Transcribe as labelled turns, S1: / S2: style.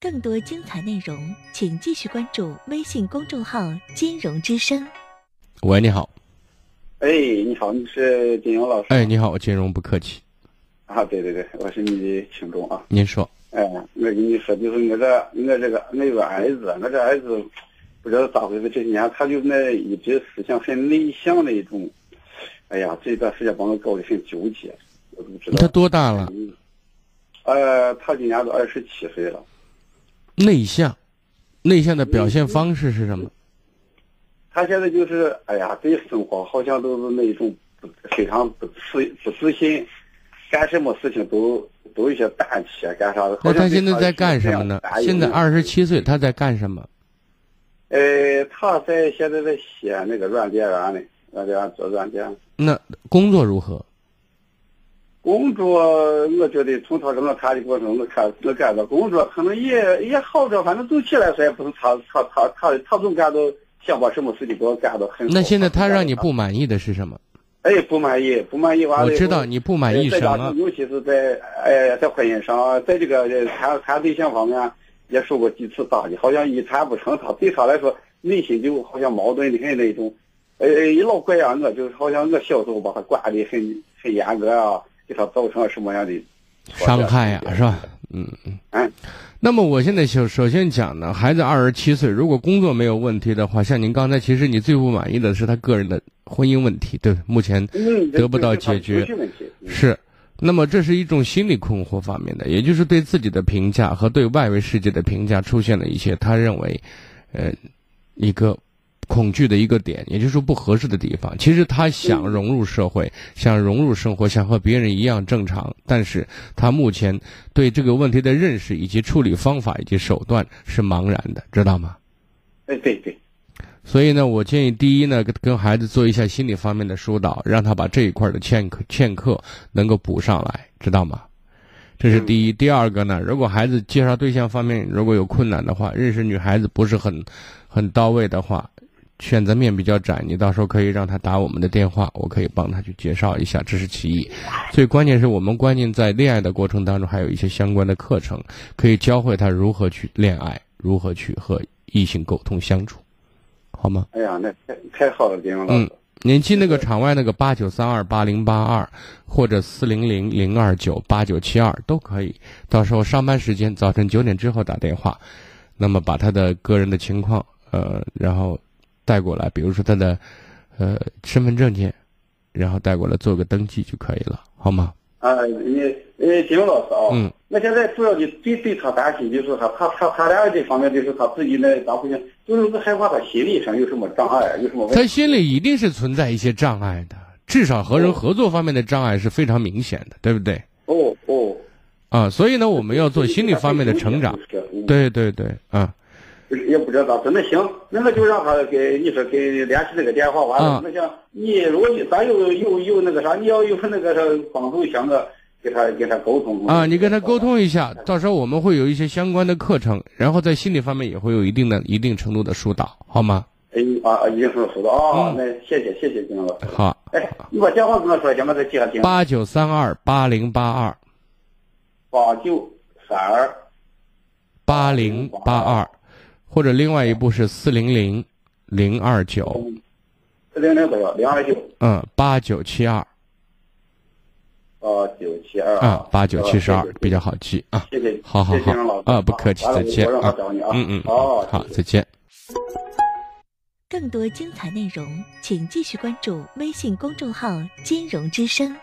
S1: 更多精彩内容，请继续关注微信公众号“金融之声
S2: 喂，你好。
S3: 哎，你好，你是金勇老师？
S2: 哎，你好，金融不客气。
S3: 啊，对对对，我是你的听众啊。
S2: 您说，
S3: 哎，我跟你说，就是我这我这个我有个儿子，我这儿子不知道咋回事，这些年他就那一直思想很内向的一种。哎呀，这段时间把我搞得很纠结，我都不知
S2: 他
S3: 道。
S2: 多大了？
S3: 嗯呃，他今年都二十七岁了，
S2: 内向，内向的表现方式是什么？
S3: 他现在就是哎呀，对生活好像都是那种不非常不自不自信，干什么事情都都有些胆怯，干啥的。
S2: 那
S3: 好
S2: 他
S3: 像
S2: 现在
S3: 对
S2: 在干
S3: 是
S2: 什
S3: 这样
S2: 么呢
S3: 打？野
S2: 现在
S3: 那种
S2: 二十七岁，他在干什么？
S3: 呃，他在现在在西安那个软件园呢，软件园做软件。啊
S2: 那工作如何？
S3: 工作，我觉得从他跟我谈的过程中，我看我感到工作可能也也好着，反正总体来说也不是他他他他他总感到想把什么事情给我干到很好。
S2: 那现在他让你
S3: 不
S2: 不满意的是什么？
S3: 哎不满意，不满意完了
S2: 我
S3: 以后。
S2: 知道你不满意
S3: 呃再
S2: 什
S3: 加
S2: 么
S3: 上，尤其是在呃在婚姻上，在这个呃谈谈对象方面也受过几次打击，好像一谈不成，他对他来说内心就好像矛盾的很那种，呃，一老怪俺我，就是好像我小时候把他管的很很严格啊，给他造成了什么样的
S2: 伤害呀、是吧？嗯嗯
S3: 哎。
S2: 那么我现在首首先讲呢，孩子二十七岁，如果工作没有问题的话，像您刚才，其实你最不满意的是他个人的婚姻问题，对不对？目前
S3: 嗯，
S2: 得不到解决
S3: 这就是他的情绪问题嗯
S2: 是，那么这是一种心理困惑方面的，也就是对自己的评价和对外围世界的评价出现了一些他认为，呃，一个恐惧的一个点，也就是说不合适的地方。其实他想
S3: 嗯
S2: 融入社会，想融入生活，想和别人一样正常，但是他目前对这个问题的认识以及处理方法以及手段是茫然的，知道吗？
S3: 哎，对对，
S2: 所以呢，我建议第一呢，跟跟孩子做一下心理方面的疏导，让他把这一块的欠课欠课能够补上来，知道吗？这是第一。第二个呢，如果孩子介绍对象方面如果有困难的话，认识女孩子不是很很到位的话，选择面比较窄，你到时候可以让他打我们的电话，我可以帮他去介绍一下，这是其一。最关键是我们关键在恋爱的过程当中，还有一些相关的课程，可以教会他如何去恋爱，如何去和异性沟通相处，好吗？
S3: 哎呀，那太太好了，金勇老师
S2: 嗯，，您记那个场外那个八九三二八零八二，或者四零零零二九八九七二都可以。到时候上班时间早晨九点之后打电话，那么把他的个人的情况，呃，然后带过来，比如说他的呃身份证件，然后带过来做个登记就可以了，好吗？
S3: 啊，你呃，金勇老师啊，
S2: 嗯，
S3: 我现在主要的最对他担心就是他他他他俩这方面就是他自己那咋回事，就是我害怕他心理上有什么障碍，啊有什么问
S2: 他
S3: 题。
S2: 心里一定是存在一些障碍的，至少和人合作方面的障碍是非常明显的，对不对？
S3: 哦哦，
S2: 啊，所以呢，我们要做心理方面的成长。
S3: 就是。
S2: 对对对，啊。
S3: 嗯也不知道咋整。那行，那我就让他给你说给联系那个电话完了
S2: 嗯。
S3: 那行，你如果你咱有有有那个啥，你要有那个啥帮助，想个给他给他沟通
S2: 啊，你跟他沟。通一下，到时候我们会有一些相关的课程，然后在心理方面也会有一定的、一定程度的疏导，好吗？
S3: 哎啊，啊一定是说的
S2: 嗯，
S3: 啊那谢谢谢谢金老师。
S2: 好，
S3: 哎，你把电话跟我说一下，我再记下听。
S2: 八九三二八零八二
S3: 八九三二
S2: 八零八二，或者另外一部是四零零零二九，
S3: 四零零左右，零二九
S2: 嗯，八九七二
S3: 八呃九七二呃
S2: 啊，八九七十二比较好记啊。
S3: 谢谢，
S2: 好好
S3: 谢谢金老
S2: 好
S3: 师
S2: 啊，不客气，
S3: 完了
S2: 再见
S3: 我让他
S2: 啊
S3: 找你啊，，
S2: 嗯嗯，
S3: 哦，
S2: 好，再见。”。
S1: 更多精彩内容，请继续关注微信公众号“金融之声”。